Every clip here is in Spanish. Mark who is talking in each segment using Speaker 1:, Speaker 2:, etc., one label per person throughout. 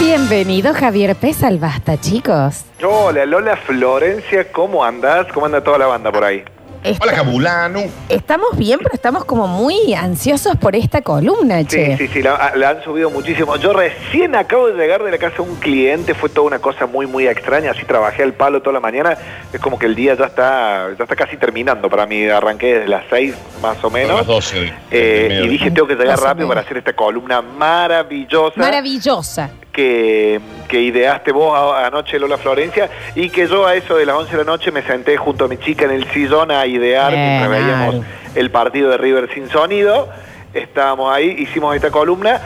Speaker 1: Bienvenido Javier Pez al Basta, chicos.
Speaker 2: Hola, Lola Florencia, ¿cómo andas? ¿Cómo anda toda la banda por ahí?
Speaker 1: Est-
Speaker 3: Hola, Cabulano.
Speaker 1: estamos bien, pero estamos como muy ansiosos por esta columna,
Speaker 2: Sí,
Speaker 1: che.
Speaker 2: sí, sí, la, la han subido muchísimo. Yo recién acabo de llegar de la casa de un cliente, fue toda una cosa muy, muy extraña. Así trabajé al palo toda la mañana. Es como que el día ya está, ya está casi terminando para mí. Arranqué desde las 6 más o
Speaker 3: A
Speaker 2: menos.
Speaker 3: las 12.
Speaker 2: Eh, y dije, tengo que llegar
Speaker 1: Más o
Speaker 2: rápido
Speaker 1: menos.
Speaker 2: para hacer esta columna maravillosa.
Speaker 1: Maravillosa.
Speaker 2: que, que ideaste vos a- anoche, Lola Florencia, y que yo a eso de las 11 de la noche me senté junto a mi chica en el sillón a idear
Speaker 1: Bien,
Speaker 2: mientras veíamos
Speaker 1: Ari.
Speaker 2: el partido de River sin sonido. Estábamos ahí, hicimos esta columna.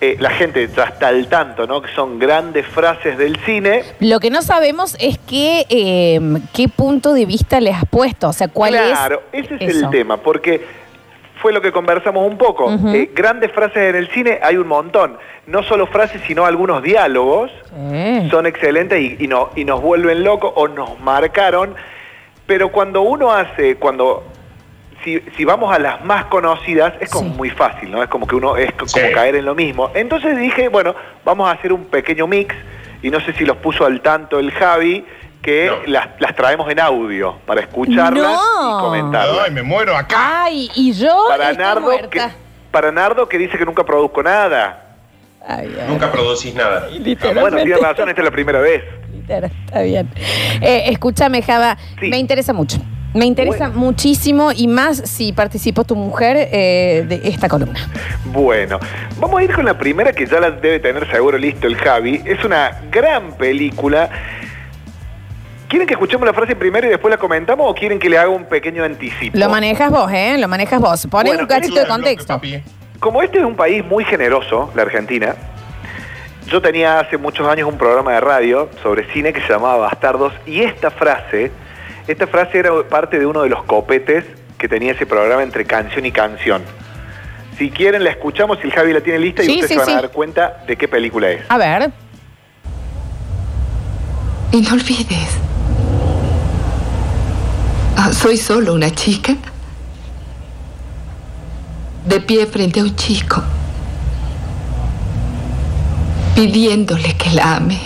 Speaker 2: Eh, la gente ya está al tanto, ¿no? Que son grandes frases del cine.
Speaker 1: Lo que no sabemos es qué, eh, qué punto de vista les has puesto, o sea, cuál es.
Speaker 2: claro, ese es
Speaker 1: eso?
Speaker 2: el tema, porque fue lo que conversamos un poco.
Speaker 1: Ujú.
Speaker 2: Eh, grandes frases en el cine hay un montón. No solo frases, sino algunos diálogos.
Speaker 1: Sí.
Speaker 2: son excelentes y, y no, y nos vuelven locos o nos marcaron. Pero cuando uno hace, cuando si, si vamos a las más conocidas, es como
Speaker 1: Sí.
Speaker 2: muy fácil, ¿no? Es como que uno es co-
Speaker 3: Sí.
Speaker 2: como caer en lo mismo. Entonces dije, bueno, vamos a hacer un pequeño mix y no sé si los puso al tanto el Javi que
Speaker 3: No.
Speaker 2: las, las traemos en audio para escucharlas
Speaker 1: No.
Speaker 2: y comentarlas.
Speaker 3: Ay, me muero acá.
Speaker 1: Ay, y yo
Speaker 2: Para
Speaker 1: estoy
Speaker 2: Nardo, que,
Speaker 1: muerta.
Speaker 2: para Nardo que dice que nunca produzco nada. Ah,
Speaker 1: Ay, ay,
Speaker 3: Nunca producís nada.
Speaker 2: Bueno,
Speaker 1: literalmente,
Speaker 2: tiene razón, esta es la primera vez.
Speaker 1: literal, está bien. Eh, escúchame, Java,
Speaker 2: Sí.
Speaker 1: me interesa mucho. Me interesa muchísimo y más si participó tu mujer eh, de esta columna.
Speaker 2: Bueno, vamos a ir con la primera que ya la debe tener seguro listo el Javi. Es una gran película. ¿Quieren que escuchemos la frase primero y después la comentamos o quieren que le haga un pequeño anticipo?
Speaker 1: Lo manejas vos, ¿eh? Lo manejas vos. Poné
Speaker 2: Oh. Bueno,
Speaker 1: un cachito
Speaker 3: Ayuda
Speaker 1: de
Speaker 3: al bloque,
Speaker 1: contexto.
Speaker 3: papi.
Speaker 2: Como este es un país muy generoso, la Argentina, yo tenía hace muchos años un programa de radio sobre cine que se llamaba Bastardos y esta frase, esta frase era parte de uno de los copetes que tenía ese programa entre canción y canción. Si quieren la escuchamos, si el Javi la tiene lista y
Speaker 1: Sí,
Speaker 2: ustedes
Speaker 1: sí,
Speaker 2: se van
Speaker 1: sí.
Speaker 2: a dar cuenta de qué película es.
Speaker 1: A ver.
Speaker 4: Y no olvides. ah, Soy solo una chica. De pie frente a un chico. Pidiéndole que la ame.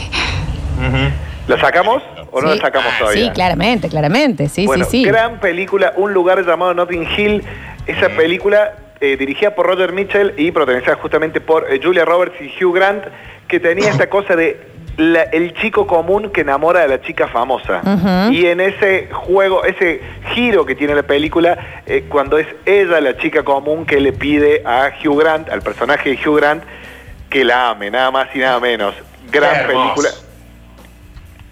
Speaker 2: ¿La sacamos o no
Speaker 1: Sí. Ah,
Speaker 2: la sacamos todavía?
Speaker 1: Sí, claramente, claramente. Sí,
Speaker 2: bueno,
Speaker 1: sí, sí.
Speaker 2: gran película, Un lugar llamado Notting Hill. Esa película eh, dirigida por Roger Mitchell y protagonizada justamente por eh, Julia Roberts y Hugh Grant, que tenía esta cosa de la- el chico común que enamora de la chica famosa.
Speaker 1: Ujú.
Speaker 2: Y en ese juego, ese giro que tiene la película, eh, cuando es ella la chica común que le pide a Hugh Grant, al personaje de Hugh Grant, que la ame, nada más y nada menos. Gran
Speaker 3: Hermoso.
Speaker 2: película.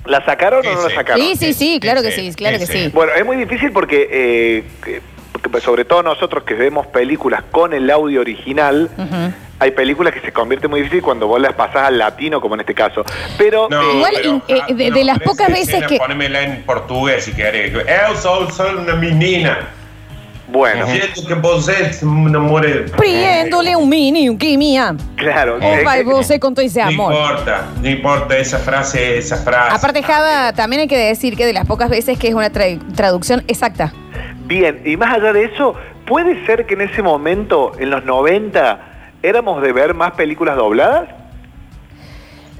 Speaker 2: ¿La sacaron o no
Speaker 3: Sí,
Speaker 2: la
Speaker 3: sí.
Speaker 2: sacaron?
Speaker 1: Sí, sí, sí, claro que sí, claro que sí.
Speaker 2: Bueno, es muy difícil porque, eh, que- porque sobre todo nosotros que vemos películas con el audio original,
Speaker 1: Ujú.
Speaker 2: hay películas que se convierten muy difícil cuando vos las pasás al latino, como en este caso. Pero
Speaker 3: No,
Speaker 1: Igual, in- eh, de- de las
Speaker 3: pero
Speaker 1: pocas
Speaker 3: esa
Speaker 1: veces
Speaker 3: escena
Speaker 1: que-
Speaker 3: Ponémela en portugués si querés. Eu sou só una menina.
Speaker 2: bueno,
Speaker 3: Siento que vos es una mujer.
Speaker 1: Priéndole un mini, un quimia.
Speaker 2: claro.
Speaker 1: Un
Speaker 2: eh,
Speaker 1: vai você con todo ese
Speaker 3: No
Speaker 1: amor.
Speaker 3: importa, no importa esa frase, esa frase.
Speaker 1: Aparte, Java, también hay que decir que de las pocas veces que es una tra- traducción exacta.
Speaker 2: bien, y más allá de eso, ¿puede ser que en ese momento, en los 90, éramos de ver más películas dobladas?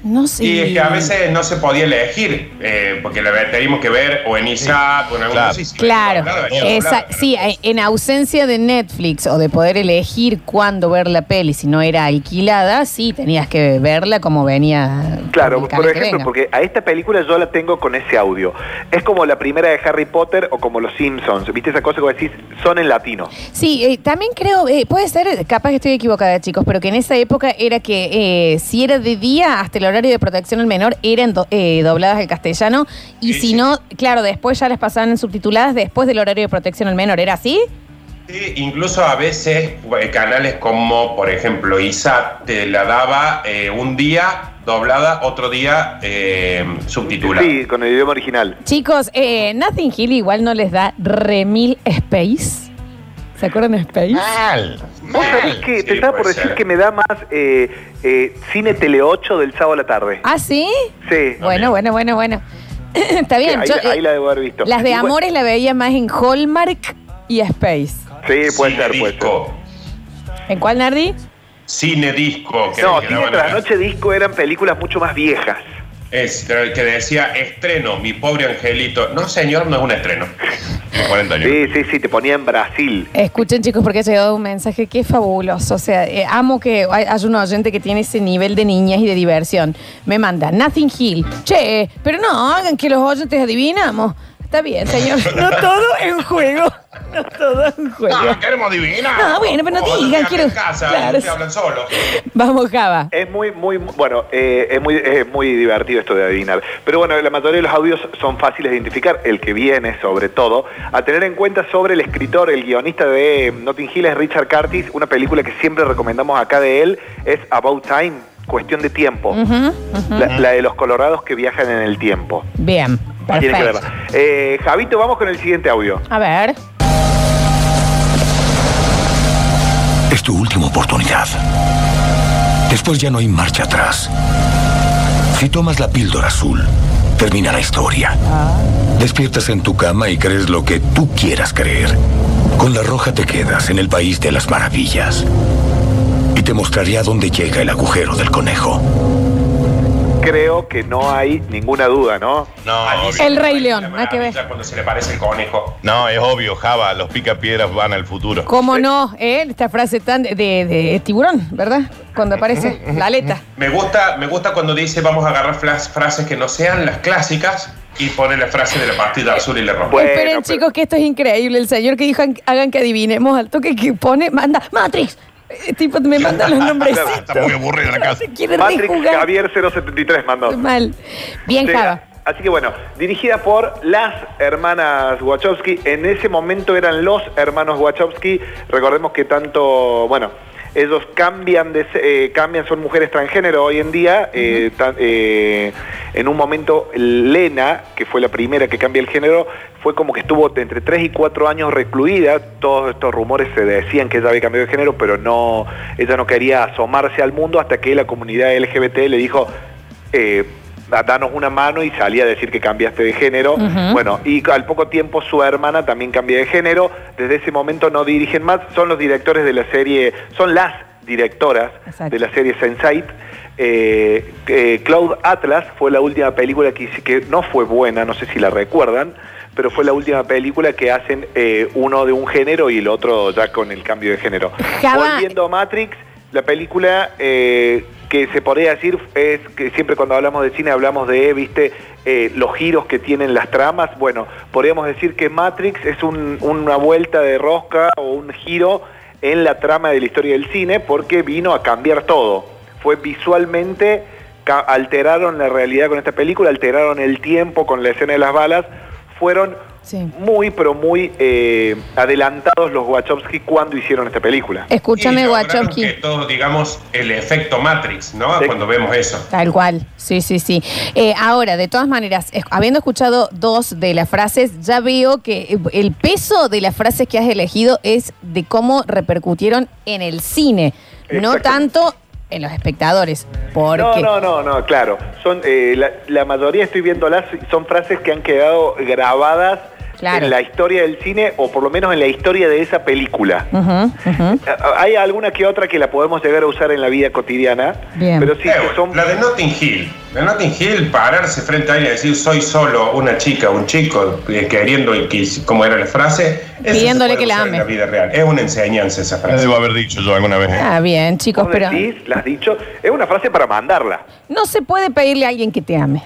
Speaker 1: No sé.
Speaker 3: Y es que a veces no se podía elegir, eh, porque la teníamos que ver o en ISAP o en algún
Speaker 5: Claro.
Speaker 3: sí, sí,
Speaker 1: Claro,
Speaker 3: venía
Speaker 1: esa-
Speaker 3: doblada,
Speaker 1: sí, eh,
Speaker 3: era-
Speaker 1: en ausencia de Netflix o de poder elegir cuándo ver la peli, si no era alquilada, sí, tenías que verla como venía.
Speaker 2: Claro,
Speaker 1: el
Speaker 2: por
Speaker 1: canal que
Speaker 2: ejemplo,
Speaker 1: venga.
Speaker 2: porque a esta película yo la tengo con ese audio. Es como la primera de Harry Potter o como Los Simpsons. ¿Viste esa cosa que vos decís? Son en latino.
Speaker 1: Sí, eh, también creo, eh, puede ser, capaz que estoy equivocada, chicos, pero que en esa época era que eh, si era de día, hasta el horario de protección al menor eran do- eh, dobladas al castellano, y
Speaker 3: Sí,
Speaker 1: si
Speaker 3: sí.
Speaker 1: no, claro, después ya las pasaban en subtituladas después del horario de protección al menor, ¿era así?
Speaker 3: Sí, incluso a veces eh, canales como, por ejemplo, ISAT te la daba eh, un día doblada, otro día eh, subtitulada.
Speaker 2: Sí, con el idioma original.
Speaker 1: Chicos, eh, Nothing Hill igual no les da remil Space. ¿Se acuerdan de Space?
Speaker 2: Ah.
Speaker 5: Mal.
Speaker 2: ¿Vos sabés
Speaker 5: Mal.
Speaker 2: que
Speaker 3: Sí,
Speaker 2: te estaba por
Speaker 3: puede
Speaker 2: decir
Speaker 3: ser.
Speaker 2: que me da más eh, eh, cine Tele 8 del sábado a la tarde?
Speaker 1: ¿Ah, sí?
Speaker 2: sí.
Speaker 1: Bueno, bueno, bueno, bueno. Está
Speaker 2: Sí,
Speaker 1: bien.
Speaker 2: ahí,
Speaker 1: yo,
Speaker 2: la- ahí
Speaker 1: eh,
Speaker 2: la debo haber visto.
Speaker 1: las de
Speaker 2: Igual-
Speaker 1: amores la veía más en Hallmark y Space.
Speaker 2: Sí, puede
Speaker 3: Cine
Speaker 2: ser, puede ser.
Speaker 3: disco.
Speaker 1: ¿En cuál, Nardi?
Speaker 3: Cine disco. Que
Speaker 2: No,
Speaker 3: que
Speaker 2: Cine
Speaker 3: daban
Speaker 2: tras
Speaker 3: acá.
Speaker 2: Noche Disco eran películas mucho más viejas.
Speaker 3: Es, eh, que decía estreno, mi pobre angelito. No, señor, no es un estreno. De 40 años.
Speaker 2: Sí, sí, sí, te ponía en Brasil.
Speaker 1: Escuchen, chicos, porque ha llegado un mensaje que es fabuloso. O sea, eh, amo que hay, hay un oyente que tiene ese nivel de niñas y de diversión. Me manda Nothing Hill. Che, pero no hagan que los oyentes adivinamos. Está bien, señor. No todo en juego. No todo en
Speaker 2: Ah,
Speaker 1: juego.
Speaker 5: No, queremos divinar.
Speaker 1: No, Ah. bueno, pero no
Speaker 3: Oh,
Speaker 1: digan,
Speaker 3: te hablan
Speaker 1: quiero.
Speaker 3: en casa,
Speaker 1: Claro.
Speaker 3: te hablan solo.
Speaker 1: Vamos, Java.
Speaker 2: Es muy, muy, bueno, eh, es, muy, es muy divertido esto de adivinar. Pero bueno, la mayoría de los audios son fáciles de identificar, el que viene sobre todo. A tener en cuenta sobre el escritor, el guionista de eh, Notting Hill es Richard Curtis, una película que siempre recomendamos acá de él, es About Time, Cuestión de Tiempo. la, la de los colorados que viajan en el tiempo.
Speaker 1: Bien,
Speaker 2: Tiene que
Speaker 1: perfecto.
Speaker 2: verla. Eh, Javito, vamos con el siguiente audio.
Speaker 1: A ver.
Speaker 6: Es tu última oportunidad. Después ya no hay marcha atrás. Si tomas la píldora azul, termina la historia. Despiertas en tu cama y crees lo que tú quieras creer. Con la roja te quedas en el país de las maravillas. Y te mostraré a dónde llega el agujero del conejo.
Speaker 2: Creo que no hay ninguna duda, ¿no?
Speaker 5: No, obvio.
Speaker 1: El Rey
Speaker 3: La
Speaker 1: León,
Speaker 3: maravilla
Speaker 1: nada que ver.
Speaker 3: Cuando se le parece el conejo.
Speaker 5: No, es obvio, Java. Los picapiedras van al futuro.
Speaker 1: ¿Cómo no? eh? Esta frase tan de, de- de tiburón, ¿verdad? Cuando aparece la aleta.
Speaker 3: Me gusta, me gusta cuando dice vamos a agarrar flas- frases que no sean las clásicas y pone la frase de la partida azul y le rompe.
Speaker 2: Bueno,
Speaker 1: Esperen,
Speaker 2: pero-
Speaker 1: chicos, que esto es increíble. El señor que dijo, hagan que adivinemos al toque que pone, manda Matrix. Eh, tipo, me manda los nombres.
Speaker 5: Está muy aburrida la casa.
Speaker 1: Se quiere
Speaker 2: Patrick
Speaker 1: rejugar.
Speaker 2: Javier 073 mandó.
Speaker 1: Mal. Bien,
Speaker 2: Sí,
Speaker 1: Java.
Speaker 2: Este, Así que bueno, dirigida por las hermanas Wachowski. En ese momento eran los hermanos Wachowski. Recordemos que tanto, bueno, ellos cambian, de, se- eh, cambian son mujeres transgénero hoy en día. eh, tan- eh, en un momento, Lena, que fue la primera que cambia el género, fue como que estuvo de entre 3 y 4 años recluida. Todos estos rumores se decían que ella había cambiado de género, pero no, ella no quería asomarse al mundo hasta que la comunidad LGBT le dijo, eh, da- danos una mano y salía a decir que cambiaste de género. Bueno, y al poco tiempo su hermana también cambia de género. Desde ese momento no dirigen más. Son los directores de la serie, son las directoras
Speaker 1: Exacto.
Speaker 2: de la serie Sense8. Eh, eh, Cloud Atlas fue la última película que, hice- que no fue buena, no sé si la recuerdan, pero fue la última película que hacen eh, uno de un género y el otro ya con el cambio de género.
Speaker 1: Java-
Speaker 2: Volviendo a Matrix, la película eh, que se podría decir es que siempre cuando hablamos de cine hablamos de, viste, eh, los giros que tienen las tramas. Bueno, podríamos decir que Matrix es un- una vuelta de rosca o un giro en la trama de la historia del cine porque vino a cambiar todo. Fue visualmente, ca- alteraron la realidad con esta película, alteraron el tiempo con la escena de las balas, fueron
Speaker 1: Sí.
Speaker 2: muy, pero muy eh, adelantados los Wachowski cuando hicieron esta película.
Speaker 3: Y
Speaker 1: Escúchame,
Speaker 3: lograron
Speaker 1: Wachowski.
Speaker 3: Que todos digamos el efecto Matrix, ¿no?
Speaker 2: Sí.
Speaker 3: Cuando vemos eso.
Speaker 1: Tal cual, sí, sí, sí. Eh, ahora, de todas maneras, es- habiendo escuchado dos de las frases, ya veo que eh, el peso de las frases que has elegido es de cómo repercutieron en el cine, no
Speaker 2: Exactamente.
Speaker 1: tanto en los espectadores.
Speaker 2: No,
Speaker 1: Porque
Speaker 2: no, no, no, claro. Son, eh, la, la mayoría estoy viéndolas, son frases que han quedado grabadas
Speaker 1: Claro.
Speaker 2: en la historia del cine o por lo menos en la historia de esa película.
Speaker 1: Ujú, ujú.
Speaker 2: A- Hay alguna que otra que la podemos llegar a usar en la vida cotidiana,
Speaker 1: Bien.
Speaker 2: pero sí,
Speaker 3: Eh,
Speaker 2: que son...
Speaker 3: La de Notting Hill. La de Notting Hill, pararse frente a ella y decir soy solo una chica, un chico, eh, queriendo, y que- como era la frase. eso se
Speaker 1: Pidiéndole
Speaker 3: puede
Speaker 1: que la
Speaker 3: usar
Speaker 1: ame.
Speaker 3: En la vida real. Es una enseñanza esa
Speaker 5: La
Speaker 3: frase.
Speaker 5: Eh, debo haber dicho yo alguna vez.
Speaker 1: Ah, bien, chicos,
Speaker 2: ¿Vos
Speaker 1: pero
Speaker 2: decís? ¿La has dicho? Es una frase para mandarla.
Speaker 1: no se puede pedirle a alguien que te ame.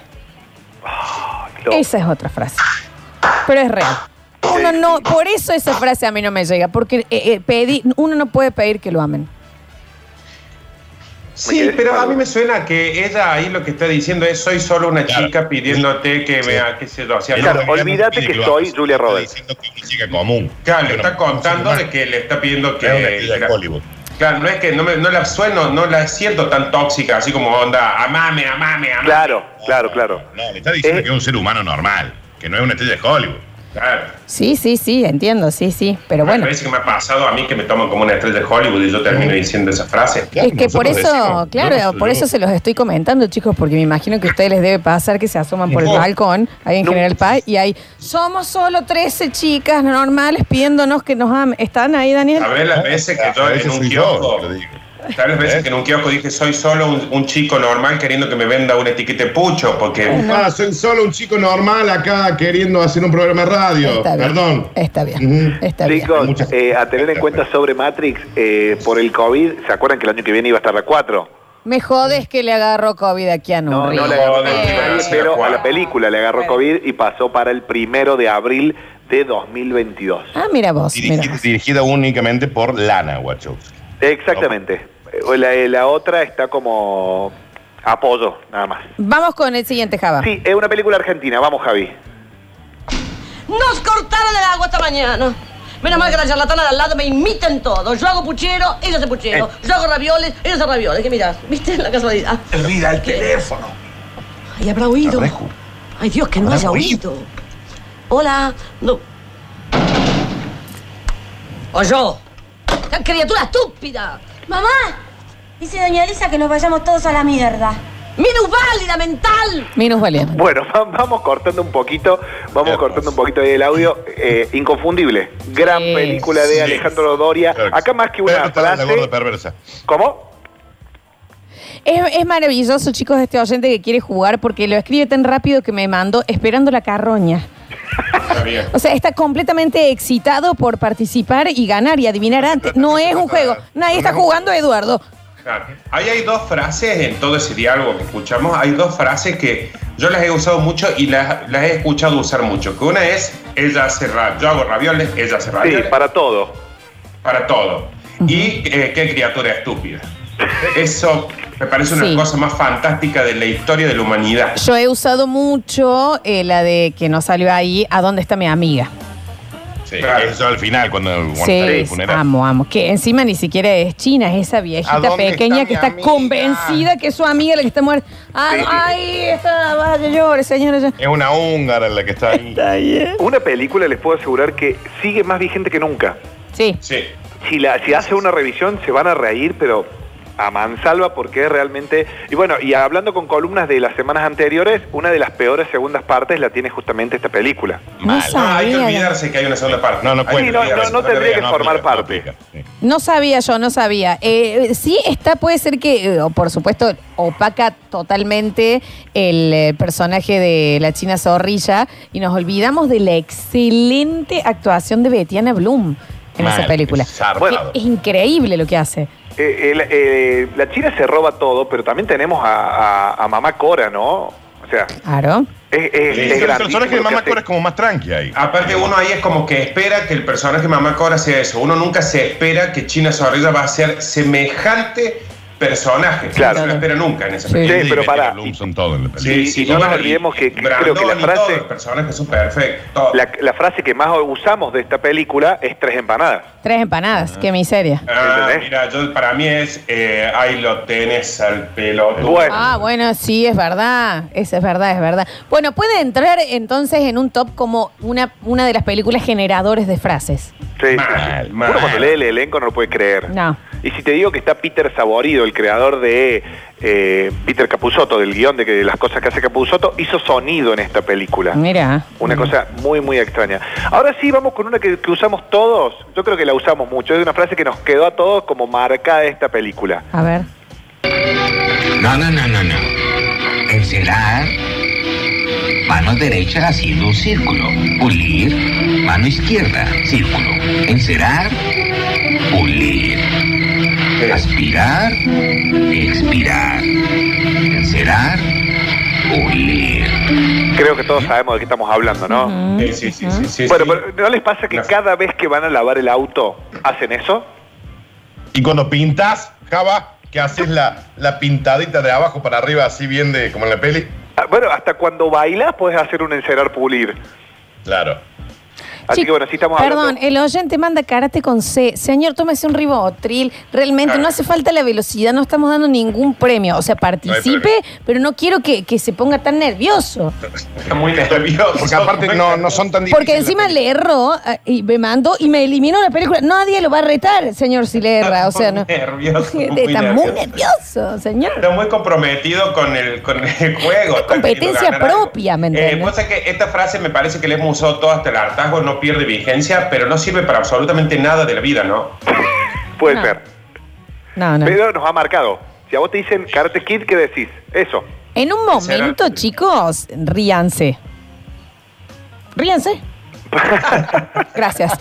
Speaker 2: No.
Speaker 1: Esa es otra frase. Pero es real. Uno no, por eso esa frase a mí no me llega, porque eh, eh, pedí- uno no puede pedir que lo amen.
Speaker 2: Me
Speaker 3: Sí,
Speaker 2: quedé
Speaker 3: pero a
Speaker 2: sin
Speaker 3: mí me suena que ella ahí lo que está diciendo es soy solo una
Speaker 5: Claro.
Speaker 3: chica pidiéndote que vea qué se lo hacía.
Speaker 2: Claro,
Speaker 5: Ella no
Speaker 2: olvídate
Speaker 5: pide
Speaker 2: que
Speaker 5: lo
Speaker 2: soy
Speaker 5: hagas.
Speaker 2: Julia
Speaker 5: Está
Speaker 2: Roberts.
Speaker 5: diciendo que es una chica común.
Speaker 3: Claro, le
Speaker 5: Pero
Speaker 3: está
Speaker 5: no, no soy
Speaker 3: contando
Speaker 5: humano.
Speaker 7: eh,
Speaker 3: de que le está pidiendo que...
Speaker 5: Es una chica de Hollywood.
Speaker 3: Claro, no es que no, me, no la sueno, no la siento tan tóxica, así como onda, amame, amame, amame.
Speaker 2: Claro, claro, claro.
Speaker 5: No, le está diciendo
Speaker 2: Eh.
Speaker 5: que es un ser humano normal, que no es una estrella de Hollywood.
Speaker 3: Claro.
Speaker 1: Sí, sí, sí, entiendo, sí, sí. Pero bueno,
Speaker 3: Bueno. Me parece que me ha pasado a mí que me toman como una estrella de Hollywood y yo termino diciendo esa frase.
Speaker 5: Claro,
Speaker 1: es que por eso,
Speaker 5: nosotros decimos,
Speaker 1: claro,
Speaker 5: yo-
Speaker 1: por
Speaker 5: yo-
Speaker 1: eso se los estoy comentando, chicos, porque me imagino que a ustedes les debe pasar que se asoman por el
Speaker 3: No.
Speaker 1: balcón, ahí en
Speaker 2: No.
Speaker 1: General Paz, y hay, somos solo 13 chicas normales pidiéndonos que nos amen. ¿Están ahí, Daniel?
Speaker 3: ¿Sabes las veces que yo
Speaker 5: A
Speaker 3: en
Speaker 5: veces
Speaker 3: un
Speaker 5: soy yo,
Speaker 3: kiosco?
Speaker 5: te digo. ¿Eh?
Speaker 3: ¿Sabes las veces que en un kiosco dije, soy solo un, un chico normal queriendo que me venda un etiquete pucho? Porque.
Speaker 7: Ah, soy solo un chico normal acá queriendo hacer un programa de radio.
Speaker 1: Está bien.
Speaker 7: Perdón.
Speaker 1: Está bien.
Speaker 7: Ujú.
Speaker 1: Está bien.
Speaker 2: Chicos,
Speaker 7: Muchas-
Speaker 2: eh, a tener en cuenta sobre Matrix, eh, por el COVID, ¿se acuerdan que el año que viene iba a estar la 4?
Speaker 1: Me jodes que le agarró COVID a Keanu
Speaker 2: No, no
Speaker 1: Reeves.
Speaker 2: le agarró
Speaker 3: Joder,
Speaker 2: COVID,
Speaker 3: gracias,
Speaker 2: pero a
Speaker 3: Juan.
Speaker 2: la película le agarró COVID y pasó para el primero de abril de 2022.
Speaker 1: Ah, mira vos, mira
Speaker 5: Dirigida,
Speaker 1: vos.
Speaker 5: dirigida únicamente por Lana Wachowski.
Speaker 2: Exactamente. Eh, La, la otra está como apoyo, nada más.
Speaker 1: Vamos con el siguiente, Java.
Speaker 2: Sí, es una película argentina. Vamos, Javi.
Speaker 8: Nos cortaron el agua esta mañana. Menos mal que la charlatana de al lado me imitan todo. Yo hago puchero, ellos hacen puchero.
Speaker 9: Eh.
Speaker 8: Yo hago ravioles, ellos hacen ravioles. ¿Qué mirás? ¿Viste? La casualidad.
Speaker 9: Olvida el teléfono.
Speaker 8: Y habrá oído. Ay, Dios, que no
Speaker 9: Habrá
Speaker 8: haya
Speaker 9: oído.
Speaker 8: oído. Hola. No. Oyó. ¡La criatura estúpida!
Speaker 10: Mamá, dice doña Elisa que nos vayamos todos a la mierda.
Speaker 8: ¡Minusválida mental!
Speaker 1: Minus valiente.
Speaker 2: Bueno, va- vamos cortando un poquito, vamos
Speaker 5: Hermoso.
Speaker 2: cortando un poquito ahí el audio. Eh, inconfundible. Gran
Speaker 1: Sí.
Speaker 2: película de
Speaker 5: Sí.
Speaker 2: Alejandro Doria.
Speaker 5: Claro que
Speaker 2: Acá
Speaker 5: sí.
Speaker 2: más que una
Speaker 5: Pero está la gorda
Speaker 2: frase.
Speaker 5: perversa.
Speaker 2: ¿Cómo?
Speaker 1: Es, es maravilloso, chicos, este oyente que quiere jugar porque lo escribe tan rápido que me mandó esperando la carroña.
Speaker 3: Está bien.
Speaker 1: O sea, está completamente excitado por participar y ganar y adivinar antes. No es un juego. Nadie está jugando, Eduardo.
Speaker 3: Claro. Ahí hay dos frases en todo ese diálogo que escuchamos. Hay dos frases que yo las he usado mucho y las, las he escuchado usar mucho. Que una es, ella hace ra- yo hago ravioles, ella hace
Speaker 2: Sí,
Speaker 3: ravioles. para,
Speaker 2: para todo.
Speaker 3: todo. Y eh, qué criatura estúpida. Eso me parece una
Speaker 1: Sí.
Speaker 3: cosa más fantástica de la historia de la humanidad.
Speaker 1: Yo he usado mucho eh, la de que no salió ahí, ¿a dónde está mi amiga?
Speaker 5: Sí,
Speaker 3: Claro.
Speaker 5: Eso al final, cuando, cuando está en
Speaker 1: Sí,
Speaker 5: el funeral.
Speaker 1: amo, amo. Que encima ni siquiera es China, es esa
Speaker 5: ¿A
Speaker 1: viejita
Speaker 5: dónde
Speaker 1: pequeña
Speaker 5: está
Speaker 1: que
Speaker 5: mi
Speaker 1: está
Speaker 5: amiga?
Speaker 1: convencida que es su amiga la que está muerta. Ah,
Speaker 2: Sí.
Speaker 1: Ay, está, vaya, llore, señora. ya.
Speaker 5: Es una húngara la que está ahí.
Speaker 2: Una película, les puedo asegurar que sigue más vigente que nunca.
Speaker 1: Sí,
Speaker 3: Sí.
Speaker 2: Si, la, si hace una revisión se van a reír, pero a mansalva porque es realmente... Y bueno, y hablando con columnas de las semanas anteriores, una de las peores segundas partes la tiene justamente esta película.
Speaker 1: no
Speaker 5: Mal.
Speaker 3: No, Ah, hay que
Speaker 1: sabía.
Speaker 3: olvidarse que hay una segunda parte.
Speaker 5: No, no puede.
Speaker 2: Sí, no, no, no tendría que formar parte.
Speaker 1: No sabía yo, no sabía. Eh, sí está, puede ser que, eh, o por supuesto, opaca totalmente el eh, personaje de la China Zorrilla y nos olvidamos de la excelente actuación de Betiana Bloom en esa película.
Speaker 5: Zarpado.
Speaker 1: Es increíble lo que hace.
Speaker 2: Eh, eh, la- eh, la China se roba todo, pero también tenemos a, a- a Mamá Cora, ¿no? O sea,
Speaker 1: Claro.
Speaker 2: es, es,
Speaker 5: Sí,
Speaker 2: es
Speaker 5: El
Speaker 2: grandísimo lo
Speaker 5: personaje de
Speaker 2: que
Speaker 5: Mamá
Speaker 2: hace.
Speaker 5: Cora es como más tranqui ahí.
Speaker 3: Aparte uno ahí es como que espera que el personaje Mamá Cora sea eso. Uno nunca se espera que China Zorrilla va a ser semejante personaje.
Speaker 2: Claro.
Speaker 3: No se lo espera nunca en esa
Speaker 1: Sí.
Speaker 3: película.
Speaker 2: Sí, pero pará.
Speaker 5: Son todos en la película.
Speaker 2: Sí, y no nos olvidemos que creo que la
Speaker 3: y
Speaker 2: frase-
Speaker 3: todos los personajes son perfectos.
Speaker 2: La, la frase que más usamos de esta película es tres empanadas.
Speaker 1: Tres empanadas, qué miseria.
Speaker 3: Ah,
Speaker 2: ¿entendés?
Speaker 3: mira, yo, para mí es eh, ahí lo tenés al pelo.
Speaker 2: Bueno.
Speaker 1: Ah, bueno, sí, es verdad. Esa es verdad, es verdad. Bueno, puede entrar entonces en un top como una, una de las películas generadores de frases.
Speaker 2: Sí, sí,
Speaker 3: Mal,
Speaker 2: sí.
Speaker 3: mal.
Speaker 2: Uno cuando lee el elenco no lo puede creer.
Speaker 1: No.
Speaker 2: Y si te digo que está Peter Saborido, el creador de eh, Peter Capusotto, del guión de, que- de las cosas que hace Capusotto, hizo sonido en esta película.
Speaker 1: Mira.
Speaker 2: Una cosa muy, muy extraña. Ahora sí, vamos con una que, que usamos todos. Yo creo que la usamos mucho. Es una frase que nos quedó a todos como marcada de esta película.
Speaker 1: A ver.
Speaker 9: No, no, no, no, no. Cancelar. Mano derecha haciendo un círculo. Pulir. Mano izquierda, círculo. Encerar. Pulir. Aspirar. Expirar. Encerar. Pulir.
Speaker 2: Creo que todos sabemos de qué estamos hablando, ¿no?
Speaker 3: Sí, sí, sí, sí, sí,
Speaker 2: Bueno,
Speaker 3: sí.
Speaker 2: pero ¿no les pasa que
Speaker 3: Las-
Speaker 2: cada vez que van a lavar el auto hacen eso?
Speaker 5: Y cuando pintas, Java, que haces la, la pintadita de abajo para arriba, así bien de como en la peli.
Speaker 2: Ah, Bueno, hasta cuando bailas puedes hacer un encerar pulir.
Speaker 5: Claro.
Speaker 2: Así
Speaker 1: Chico,
Speaker 2: que bueno, sí estamos
Speaker 1: Perdón,
Speaker 2: hablando.
Speaker 1: el oyente manda karate con C. Señor, tómese un ribotril. Realmente
Speaker 2: Ah.
Speaker 1: no hace falta la velocidad, no estamos dando ningún premio. O sea, participe, pero no quiero que, que se ponga tan nervioso.
Speaker 3: Está muy nervioso.
Speaker 5: Porque aparte no, no son tan
Speaker 1: Porque
Speaker 5: difíciles.
Speaker 1: encima le erró eh, y me mandó y me eliminó la película. Nadie lo va a retar, señor, si le erra. O sea, no.
Speaker 3: Nervioso, muy
Speaker 1: Está muy
Speaker 3: nervioso.
Speaker 1: nervioso, señor.
Speaker 3: Está muy comprometido con el, con el juego. Está
Speaker 1: competencia
Speaker 3: queriendo ganar algo.
Speaker 1: propia, ¿me
Speaker 3: Eh,
Speaker 1: entiendes?
Speaker 3: vos sabés que esta frase me parece que la hemos usado todo hasta el hartazgo, no pierde vigencia, pero no sirve para absolutamente nada de la vida, ¿no?
Speaker 2: Puede ser.
Speaker 1: No, no.
Speaker 2: Pero nos ha marcado. Si a vos te dicen Karate Kid, ¿qué decís? Eso.
Speaker 1: En un momento, chicos, ríanse. Ríanse. Gracias.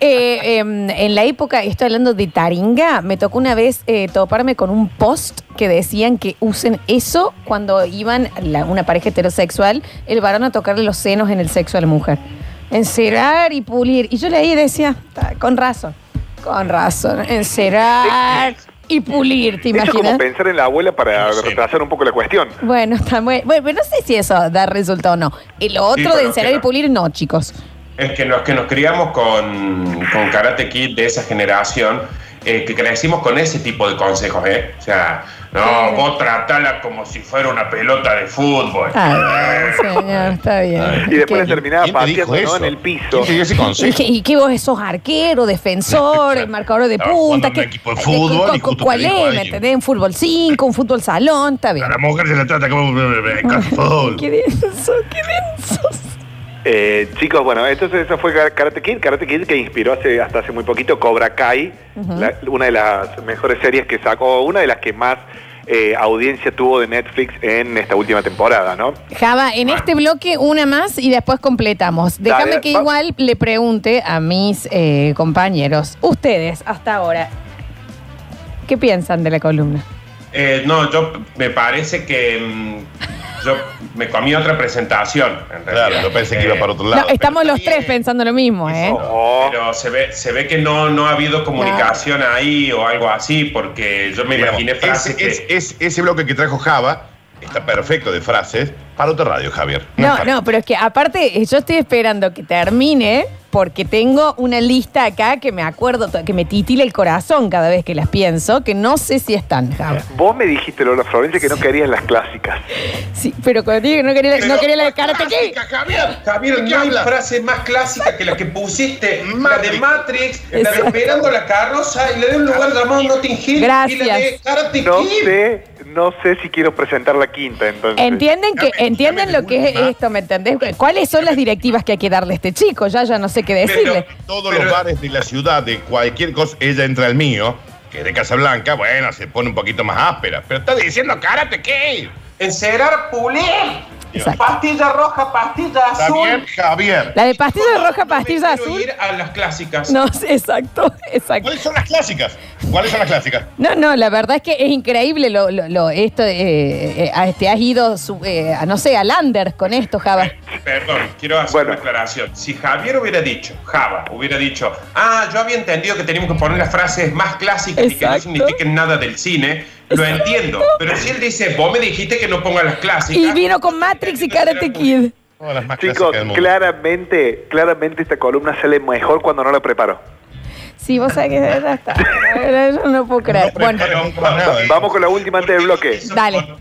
Speaker 1: Eh, em, en la época, y estoy hablando de Taringa, me tocó una vez eh, toparme con un post que decían que usen eso cuando iban la- una pareja heterosexual, el varón a tocarle los senos en el sexo a la mujer. Encerar y pulir. Y yo leí y decía, "Ta, con razón, con razón, encerar y pulir, ¿te
Speaker 2: Eso es como
Speaker 1: imaginas?
Speaker 2: pensar en la abuela para retrasar un poco la cuestión.
Speaker 1: Bueno, está muy. Bueno, pero no sé si eso da resultado o no. El otro
Speaker 3: pero
Speaker 1: de encerar
Speaker 3: que
Speaker 1: y pulir, no, chicos.
Speaker 3: Es que los que nos criamos con, con Karate Kid de esa generación, eh, que crecimos con ese tipo de consejos, ¿eh? O sea, no,
Speaker 1: Sí.
Speaker 3: vos tratala como si fuera una pelota de fútbol.
Speaker 1: Ah. Ay, señor, está bien.
Speaker 2: Y después
Speaker 1: ¿Qué?
Speaker 2: le terminaba
Speaker 3: ¿Quién te dijo
Speaker 2: pateando ¿no?
Speaker 3: eso?
Speaker 2: en el piso.
Speaker 1: ¿Y que, y que vos sos arquero, defensor, marcador de
Speaker 5: Estaba
Speaker 1: punta?
Speaker 5: jugando en
Speaker 1: que-
Speaker 5: un equipo de fútbol
Speaker 1: cu-
Speaker 5: y
Speaker 1: cu-
Speaker 5: justo
Speaker 1: ¿Cuál
Speaker 5: te dijo
Speaker 1: es? ¿Me
Speaker 5: alguien.
Speaker 1: entendés? Un fútbol 5, un fútbol salón, está bien.
Speaker 5: A la mujer se la trata como eh, con fútbol.
Speaker 1: Qué denso, qué denso.
Speaker 2: Eh, chicos, bueno, entonces eso fue Karate Kid. Karate Kid que inspiró hace, hasta hace muy poquito Cobra Kai,
Speaker 11: Ujú.
Speaker 2: la- una de las mejores series que sacó, una de las que más eh, audiencia tuvo de Netflix en esta última temporada, ¿no?
Speaker 1: Java, en este bloque una más y después completamos.
Speaker 2: Dale,
Speaker 1: Déjame que
Speaker 2: va-
Speaker 1: igual le pregunte a mis eh, compañeros, ustedes hasta ahora, ¿qué piensan de la columna?
Speaker 3: Eh, no, yo me parece que mm, yo me comí otra presentación. Claro, yo pensé que iba para otro
Speaker 1: No, estamos los tres pensando lo mismo, ¿eh?
Speaker 2: Oh.
Speaker 3: Pero se ve, se ve que no, no ha habido comunicación ahí o algo así, porque yo me imaginé frases
Speaker 5: Ese,
Speaker 3: que.
Speaker 5: es, es- ese bloque que trajo Java está perfecto de frases para otra radio, Javier.
Speaker 1: Ah. No, no, pero es que aparte eh, yo estoy esperando que termine porque tengo una lista acá que me acuerdo, to- que me titila el corazón cada vez que las pienso, que no sé si están, Ah, Java.
Speaker 2: Vos me dijiste, Lola Florencia, que no querías las clásicas.
Speaker 1: Sí, pero cuando digo que no quería, la- no quería la cara aquí.
Speaker 3: Javier, Javier, no hay frase más clásica que la que pusiste, la de Matrix, la de
Speaker 2: Exacto.
Speaker 3: Esperando la carroza y la de un lugar llamado Notting Hill y la de Karate
Speaker 2: No
Speaker 3: Kid.
Speaker 2: sé, no sé si quiero presentar la quinta, entonces.
Speaker 1: ¿Entienden, que, ¿entienden lo que es esto? ¿Me entendés? ¿Cuáles son las directivas que hay que darle a este chico? Ya, ya no sé qué decirle.
Speaker 5: Todos los bares de la ciudad, de cualquier cosa, ella entra al mío, que es de Casablanca, bueno, se pone un poquito más áspera. Pero está diciendo Karate Kid.
Speaker 3: Encerar, pulir.
Speaker 1: Exacto.
Speaker 3: Pastilla roja, pastilla
Speaker 5: Está
Speaker 3: azul.
Speaker 5: bien, Javier.
Speaker 1: La de pastilla roja, pastilla azul.
Speaker 3: Ir a las clásicas.
Speaker 1: No, sí, exacto, exacto.
Speaker 5: ¿Cuáles son las clásicas? ¿Cuáles son las clásicas?
Speaker 1: No, no, la verdad es que es increíble lo, lo, lo- esto, eh, eh, a este, has ido, su- eh, a, no sé, a Landers con esto, Java.
Speaker 3: Perdón, quiero hacer una aclaración. Si Javier hubiera dicho, Java hubiera dicho, ah, yo había entendido que teníamos que poner las frases más clásicas y que no signifiquen nada del cine, lo entiendo. Pero si él dice, vos me dijiste que no ponga las
Speaker 1: Y
Speaker 3: clásicas,
Speaker 1: vino con Matrix y Karate Kid.
Speaker 2: Chicos, claramente, claramente esta columna sale mejor cuando no la preparo.
Speaker 1: Sí, vos sabés que ya está. La verdad, Yo no puedo creer. Bueno,
Speaker 2: Vamos con la última antes del bloque.
Speaker 1: dale.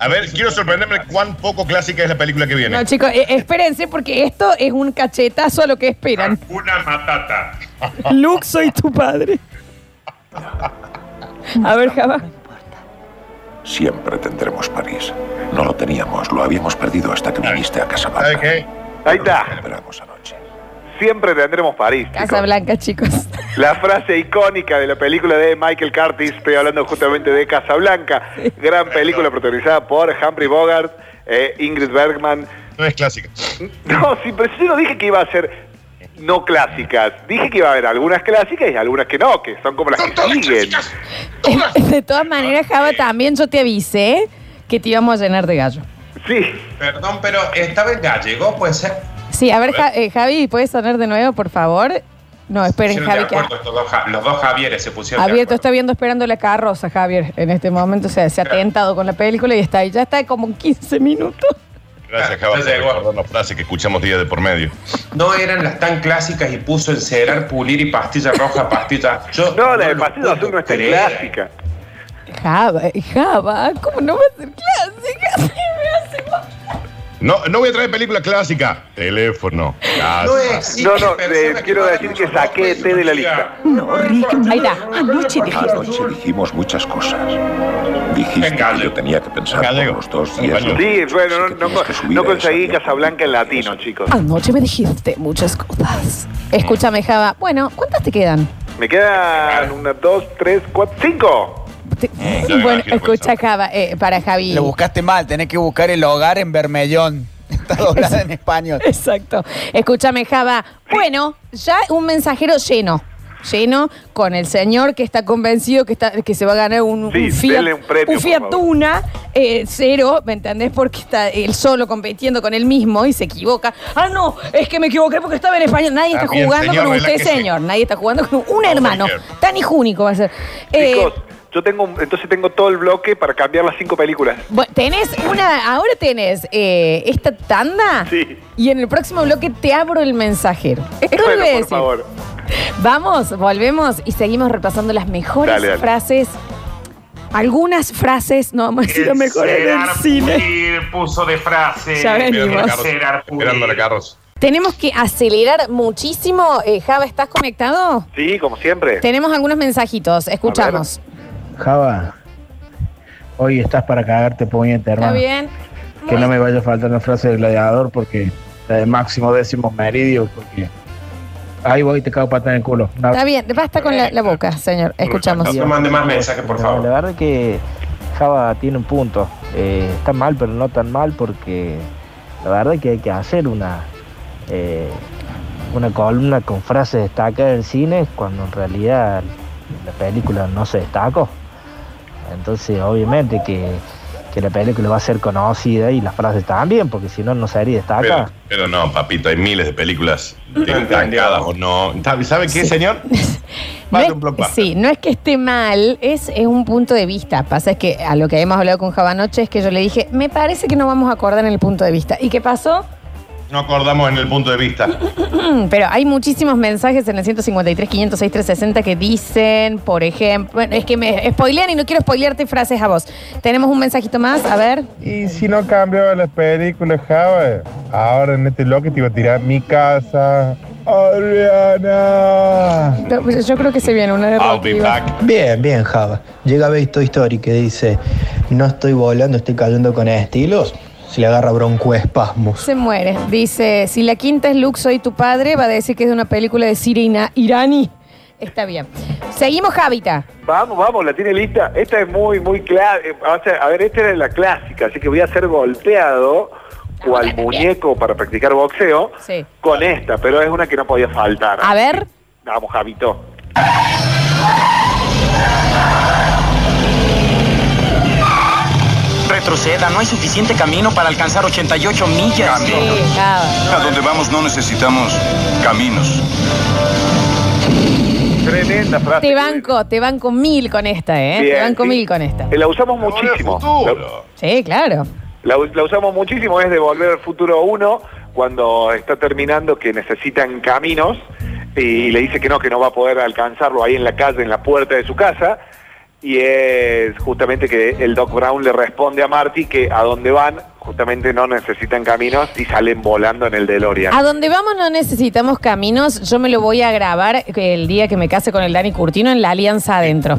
Speaker 5: A ver, quiero sorprenderme cuán poco clásica es la película que viene.
Speaker 1: No, chicos, eh, espérense porque esto es un cachetazo a lo que esperan.
Speaker 3: una matata.
Speaker 1: Luke, soy tu padre. A ver, Java.
Speaker 6: Siempre tendremos París. No lo teníamos, lo habíamos perdido hasta que viniste a casa.
Speaker 2: Ahí está. Siempre tendremos París. chicos.
Speaker 1: Casa Blanca, chicos.
Speaker 2: La frase icónica de la película de Michael Curtis, estoy hablando justamente de Casablanca, gran película protagonizada por Humphrey Bogart, eh, Ingrid Bergman.
Speaker 5: No es clásica.
Speaker 2: No, sí, pero yo no dije que iba a ser no clásicas, dije que iba a haber algunas clásicas y algunas que no, que son como las que siguen.
Speaker 1: De todas maneras, Java, también yo te avisé que te íbamos a llenar de gallo.
Speaker 2: Sí.
Speaker 3: Perdón, pero estaba en gallego, puede ser.
Speaker 1: Sí, a ver, Ja- eh, Javi, ¿puedes sonar de nuevo, por favor? No, esperen,
Speaker 3: Pusieron de
Speaker 1: Javi, que
Speaker 3: acuerdo estos dos Ja- los dos Javieres se pusieron. de
Speaker 1: abierto está viendo esperando la carroza, Javier, en este momento. O sea, se ha tentado con la película y está ahí. Ya está como en 15 minutos.
Speaker 5: Gracias, Java, por recordar la frase que escuchamos día de por medio.
Speaker 1: este-
Speaker 3: No eran las tan clásicas y puso encerar, pulir y pastilla roja, pastilla. Yo
Speaker 2: no, la de pastilla azul no es tan clásica.
Speaker 1: Java, Java, ¿cómo no va a ser clásica?
Speaker 5: No, no voy a traer película clásica. Teléfono. casa.
Speaker 2: No, no, eh, quiero decir que saqué té de la lista.
Speaker 1: No, Ricky, ahí está. Anoche dijeron.
Speaker 6: Anoche dijimos muchas cosas. Dijiste que yo tenía que pensar por los dos días.
Speaker 2: Sí, bueno, no, no, no conseguí Casablanca en latino, chicos.
Speaker 1: Anoche me dijiste muchas cosas. Escúchame, Java. Bueno, ¿cuántas te quedan?
Speaker 2: Me quedan una, dos, tres, cuatro, cinco.
Speaker 1: Te-
Speaker 11: Eh, ya me
Speaker 1: bueno,
Speaker 11: imagino
Speaker 1: escucha, Java, eh, para Javi.
Speaker 11: Lo buscaste mal, tenés que buscar el hogar en Bermellón. Está doblada en español.
Speaker 1: Exacto. Escúchame, Java. Bueno, ya un mensajero lleno. Lleno con el señor que está convencido que, está, que se va a ganar un,
Speaker 2: Sí,
Speaker 1: un Fiat,
Speaker 2: denle un premio, por
Speaker 1: Fiat
Speaker 2: favor.
Speaker 1: Tuna eh, cero, ¿me entendés? Porque está él solo compitiendo con él mismo y se equivoca. Ah, no, es que me equivoqué porque estaba en español. Nadie está
Speaker 2: También,
Speaker 1: jugando
Speaker 2: señor,
Speaker 1: con usted,
Speaker 2: relájese.
Speaker 1: señor. Nadie está jugando con un hermano.
Speaker 2: señor.
Speaker 1: Tan hijúnico va a ser. Eh,
Speaker 2: Chicos, yo tengo, un- entonces tengo todo el bloque para cambiar las cinco películas.
Speaker 1: Bueno, tenés una, ahora tenés eh, esta tanda y en el próximo bloque te abro el mensajero. Esto lo voy a
Speaker 2: por
Speaker 1: decir.
Speaker 2: favor.
Speaker 1: Vamos, volvemos y seguimos repasando las mejores
Speaker 2: Dale, dale.
Speaker 1: frases. Algunas frases, no vamos a decir las mejores del
Speaker 3: Encerar,
Speaker 1: cine.
Speaker 3: pulir, puso de frase.
Speaker 1: Ya venimos.
Speaker 3: Esperando la carroza. Encerar, pulir.
Speaker 1: Tenemos que acelerar muchísimo. Eh, Java, ¿estás conectado?
Speaker 2: Sí, como siempre.
Speaker 1: Tenemos algunos mensajitos, escuchamos.
Speaker 12: Java, hoy estás para cagarte puñete,
Speaker 1: ¿Está
Speaker 12: hermano.
Speaker 1: bien?
Speaker 12: Que no me vaya a faltar la frase del gladiador porque la de máximo décimo meridio, porque ahí voy y te cago pata en el culo. Una-
Speaker 1: Está bien, basta con la, la boca, señor. Escuchamos.
Speaker 3: No mande más mensajes, por favor.
Speaker 13: La verdad es que Java tiene un punto. Eh, está mal, pero no tan mal porque la verdad es que hay que hacer una eh, una columna con frases destacadas del cine cuando en realidad la película no se destacó. Entonces, obviamente que, que la película va a ser conocida y las frases también, porque si no, no sería destacada.
Speaker 5: Pero, pero no, papito, hay miles de películas destacadas o no. ¿Sabe qué, señor?
Speaker 1: No es- sí, no es que esté mal, es, es un punto de vista. Pasa es que a lo que habíamos hablado con Java anoche es que yo le dije, me parece que no vamos a acordar en el punto de vista. ¿Y qué pasó? Mm,
Speaker 5: No acordamos en el punto de vista.
Speaker 1: Pero hay muchísimos mensajes en el 153, 506, 360 que dicen, por ejemplo, bueno, es que me spoilean y no quiero spoilearte frases a vos. Tenemos un mensajito más, a ver.
Speaker 14: Y si no cambiaba las películas, Java, ahora en este bloque te iba a tirar mi casa. ¡Adriana!
Speaker 1: No, Yo creo que se viene una de Rocky.
Speaker 15: Bien, bien, Java. Llega Base Toy Story que dice: No estoy volando, estoy cayendo con estilos. Se le agarra broncoespasmos.
Speaker 1: Se muere. Dice, si la quinta es Luke, soy tu padre, va a decir que es de una película de Sirina Irani. Está bien. Seguimos, Javita.
Speaker 2: Vamos, vamos, la tiene lista. Esta es muy, muy clara. Eh, o sea, a ver, esta era la clásica, así que voy a ser golpeado cual muñeco para practicar boxeo
Speaker 1: Sí.
Speaker 2: con esta, pero es una que no podía faltar.
Speaker 1: A ver.
Speaker 2: Vamos, Javito.
Speaker 16: Retroceda, no hay suficiente camino para alcanzar 88 millas.
Speaker 6: A donde vamos no necesitamos caminos.
Speaker 2: Tremenda frase.
Speaker 1: Te banco, te banco mil con esta, ¿eh?
Speaker 2: Bien,
Speaker 1: te banco
Speaker 2: sí.
Speaker 1: mil con esta.
Speaker 2: Eh, La usamos muchísimo.
Speaker 1: Sí, claro.
Speaker 2: La, la usamos muchísimo, es de Volver al Futuro 1, cuando está terminando que necesitan caminos y le dice que no, que no va a poder alcanzarlo ahí en la calle, en la puerta de su casa. Y es justamente que el Doc Brown le responde a Marty que a dónde van, justamente no necesitan caminos y salen volando en el DeLorean.
Speaker 1: A donde vamos no necesitamos caminos. Yo me lo voy a grabar el día que me case con el Dani Curtino en la alianza adentro.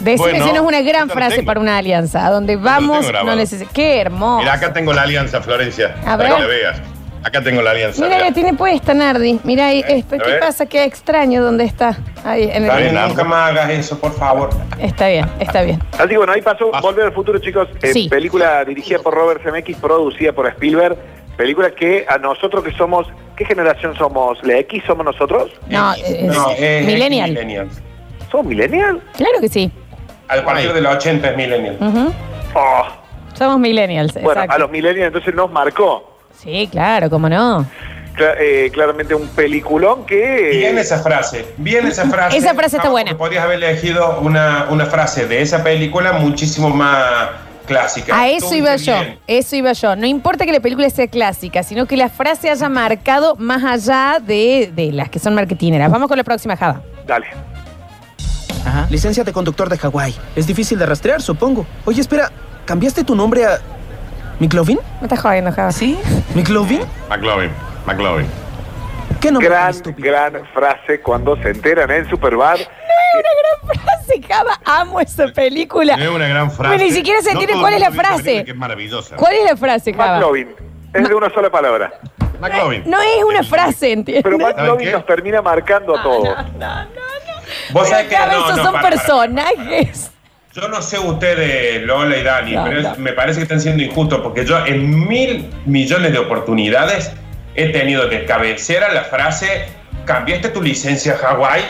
Speaker 1: Decime
Speaker 5: Bueno,
Speaker 1: si no es una gran
Speaker 5: yo lo
Speaker 1: frase
Speaker 5: tengo.
Speaker 1: para una alianza. A donde vamos no
Speaker 5: grabado.
Speaker 1: necesitamos. ¡Qué hermoso!
Speaker 5: Mira, acá tengo la alianza, Florencia.
Speaker 1: A
Speaker 5: Para
Speaker 1: ver.
Speaker 5: que la veas. Acá tengo la alianza.
Speaker 1: Mira,
Speaker 5: mirá.
Speaker 1: la tiene puesta, Nardi. Mira, ahí, eh,
Speaker 5: a
Speaker 1: ¿qué
Speaker 5: ver.
Speaker 1: pasa? Qué extraño dónde está. Ahí, en el.
Speaker 2: Está bien, Nardi.
Speaker 3: Nunca más hagas eso, por favor.
Speaker 1: Está bien, está bien.
Speaker 2: Así que bueno, ahí pasó Volver al Futuro, chicos. Eh,
Speaker 1: Sí.
Speaker 2: Película dirigida por Robert Zemeckis, producida por Spielberg. Película que a nosotros que somos, ¿qué generación somos? ¿La X somos nosotros?
Speaker 1: No, eh,
Speaker 3: No,
Speaker 1: es
Speaker 3: es
Speaker 1: millennial.
Speaker 3: millennial.
Speaker 2: ¿Somos millennial?
Speaker 1: Claro que sí.
Speaker 3: A partir de los 80 es millennial.
Speaker 1: Ujú.
Speaker 2: Oh,
Speaker 1: Somos millennials.
Speaker 2: bueno,
Speaker 1: exacto.
Speaker 2: a los millennials entonces nos marcó
Speaker 1: Sí, claro, cómo no.
Speaker 2: cla- eh, claramente un peliculón que...
Speaker 3: Bien esa frase, bien esa frase.
Speaker 1: Esa frase está
Speaker 3: Vamos,
Speaker 1: buena.
Speaker 3: porque Podrías haber elegido una, una frase de esa película muchísimo más clásica.
Speaker 1: A eso
Speaker 3: Tú
Speaker 1: iba yo,
Speaker 3: también.
Speaker 1: eso iba yo. No importa que la película sea clásica, sino que la frase haya marcado más allá de, de las que son marketineras. Vamos con la próxima, Java.
Speaker 2: Dale.
Speaker 16: Ajá. Licencia de Ah, conductor de Hawái. Es difícil de rastrear, supongo. Oye, espera, ¿cambiaste tu nombre a. ¿Miclovin?
Speaker 1: Me estás jodiendo, Java.
Speaker 16: ¿Sí? ¿Miclovin?
Speaker 5: McLovin, McLovin.
Speaker 2: gran, gran frase cuando se enteran en Superbad.
Speaker 1: Una gran frase, Java. Amo esa película.
Speaker 5: Es una gran frase.
Speaker 1: Bueno, ni siquiera se
Speaker 5: No
Speaker 1: entiende
Speaker 5: todo
Speaker 1: cuál
Speaker 5: el
Speaker 1: es la
Speaker 5: mundo tiene película
Speaker 1: frase.
Speaker 5: Que es maravillosa.
Speaker 1: ¿Cuál es la frase, Java?
Speaker 2: McLovin. Es de una sola palabra.
Speaker 5: McLovin.
Speaker 1: No es una frase, ¿entiendes?
Speaker 2: Pero McLovin nos termina
Speaker 1: Ah,
Speaker 2: marcando a todos.
Speaker 3: Vos sabés que.
Speaker 1: Java,
Speaker 3: no,
Speaker 1: esos
Speaker 3: no,
Speaker 1: son
Speaker 3: para, para.
Speaker 1: personajes.
Speaker 3: Yo no sé ustedes, Lola y Dani,
Speaker 1: No,
Speaker 3: pero es-
Speaker 1: no.
Speaker 3: me parece que están siendo injustos porque yo en mil millones de oportunidades he tenido que cabecear a la frase ¿Cambiaste tu licencia a Hawái?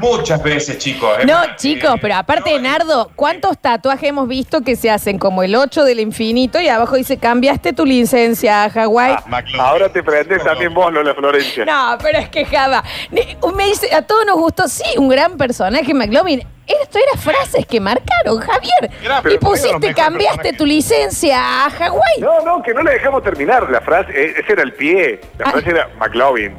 Speaker 3: Muchas veces, chicos. ¿eh?
Speaker 1: No, chicos, pero aparte de Nardo, ¿cuántos tatuajes hemos visto que se hacen como el 8 del infinito y abajo dice, cambiaste tu licencia a Hawái?
Speaker 3: Ah,
Speaker 2: Ahora te prendes también vos, Lola Florencia.
Speaker 1: No, pero es que Java, ni- me dice, a todos nos gustó, sí, un gran personaje, McLovin. Esto era frases que marcaron, Javier. y
Speaker 2: pero fueron los
Speaker 1: pusiste,
Speaker 2: mejores
Speaker 1: cambiaste tu licencia a Hawái.
Speaker 2: No, no, que no le dejamos terminar la frase. eh, Ese era el pie.
Speaker 1: Ah.
Speaker 2: La frase era McLovin.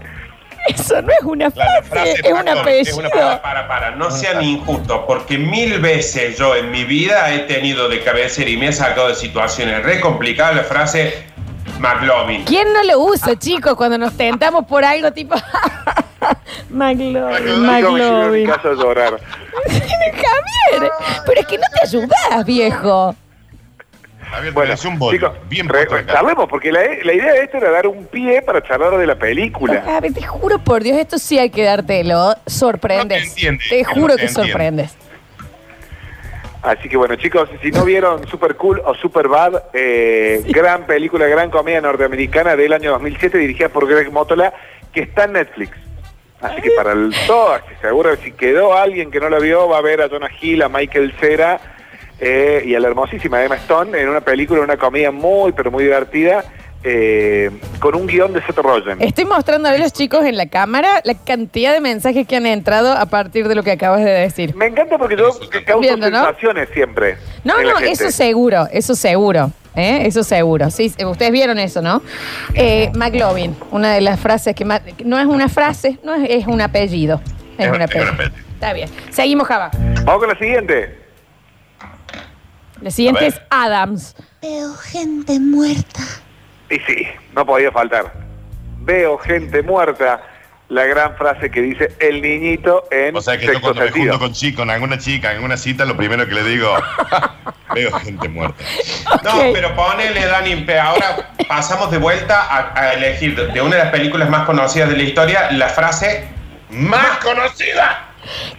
Speaker 1: Eso no es una frase, es un apellido.
Speaker 3: Para, para, para, no sean injustos, porque mil veces yo en mi vida he tenido de cabecear y me he sacado de situaciones re complicadas la frase McLovin.
Speaker 1: ¿Quién no lo usa, chicos, cuando nos tentamos por algo tipo... McLovin,
Speaker 2: Yo me llevo a mi
Speaker 1: McLovin.
Speaker 2: casa a llorar.
Speaker 1: Javier, pero es que no te ayudás, viejo.
Speaker 2: Bueno, chicos, re- charlemos, porque la, la idea de esto era dar un pie para charlar de la película.
Speaker 1: Javi, te juro por Dios, esto sí hay que dártelo. Sorprendes. te juro
Speaker 2: no te
Speaker 1: que
Speaker 2: entiende.
Speaker 1: sorprendes.
Speaker 2: Así que bueno, chicos, si no vieron Super Cool o Super Bad, eh, gran película, gran comedia norteamericana del año 2007 dirigida por Greg Motola, que está en Netflix. Así que para el, todas, seguro que si quedó alguien que no la vio, va a ver a Jonah Hill, a Michael Cera eh, y a la hermosísima Emma Stone en una película, una comedia muy, pero muy divertida, eh, con un guión de Seth Rogen.
Speaker 1: Estoy mostrando a los chicos en la cámara la cantidad de mensajes que han entrado a partir de lo que acabas de decir.
Speaker 2: Me encanta porque yo que causo
Speaker 1: Viendo, ¿no?
Speaker 2: sensaciones siempre.
Speaker 1: No,
Speaker 2: en la
Speaker 1: no,
Speaker 2: gente.
Speaker 1: eso seguro, eso seguro. ¿eh? Eso seguro. Sí, sí, ustedes vieron eso, ¿no? Eh, McLovin, una de las frases que más. No es una frase, no es, es un apellido. Es, un apellido. Está bien. Seguimos, Java.
Speaker 2: Vamos con la siguiente.
Speaker 1: La siguiente
Speaker 2: A ver.
Speaker 1: es Adams.
Speaker 10: Veo gente muerta.
Speaker 2: Y sí, no podía faltar. Veo gente muerta. La gran frase que dice el niñito en
Speaker 5: O sea que yo
Speaker 2: sexto
Speaker 5: cuando me
Speaker 2: sentido.
Speaker 5: junto con chico, con alguna chica, en alguna cita, lo primero que le digo, veo gente muerta.
Speaker 3: No, pero ponele, Dani, pe- ahora pasamos de vuelta a, a elegir de una de las películas más conocidas de la historia la frase más conocida.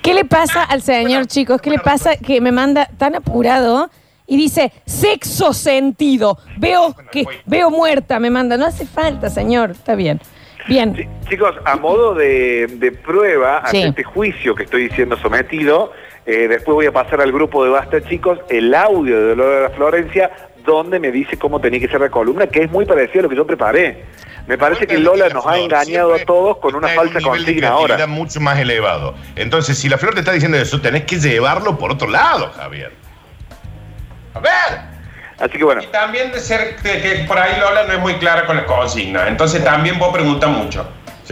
Speaker 1: ¿Qué le pasa al señor, chicos? ¿Qué le pasa que me manda tan apurado y dice sexo sentido? Veo que veo muerta, me manda. No hace falta, señor. Está bien. Bien.
Speaker 2: Chicos, a modo de, de prueba ante
Speaker 1: Sí.
Speaker 2: este juicio que estoy diciendo sometido, eh, después voy a pasar al grupo de Basta, chicos, el audio de Dolores de la Florencia, donde me dice cómo tenía que ser la columna, que es muy parecido a lo que yo preparé. Me parece que Lola nos ha engañado a todos con una falsa
Speaker 5: nivel de
Speaker 2: consigna ahora.
Speaker 5: creatividad mucho más elevado. Entonces, si la flor te está diciendo eso, tenés que llevarlo por otro lado, Javier.
Speaker 3: A ver.
Speaker 2: Así que bueno.
Speaker 3: Y también de ser que, que por ahí Lola no es muy clara con las consignas, entonces también vos preguntas mucho.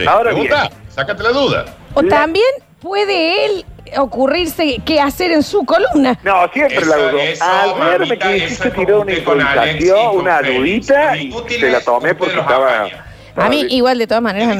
Speaker 5: Ahora Pregunta, sácate la duda.
Speaker 1: O también puede él ocurrirse qué hacer en su columna.
Speaker 2: No, siempre
Speaker 3: Eso,
Speaker 2: la dudo.
Speaker 3: eso,
Speaker 2: Al verme
Speaker 3: mamita,
Speaker 2: que
Speaker 3: eso
Speaker 2: hiciste
Speaker 3: es como
Speaker 2: tiró una
Speaker 3: usted con Alexis,
Speaker 2: improvisación,
Speaker 3: con
Speaker 2: una
Speaker 3: Félix.
Speaker 2: dudita, y se la tomé porque estaba...
Speaker 1: A mí igual de todas maneras.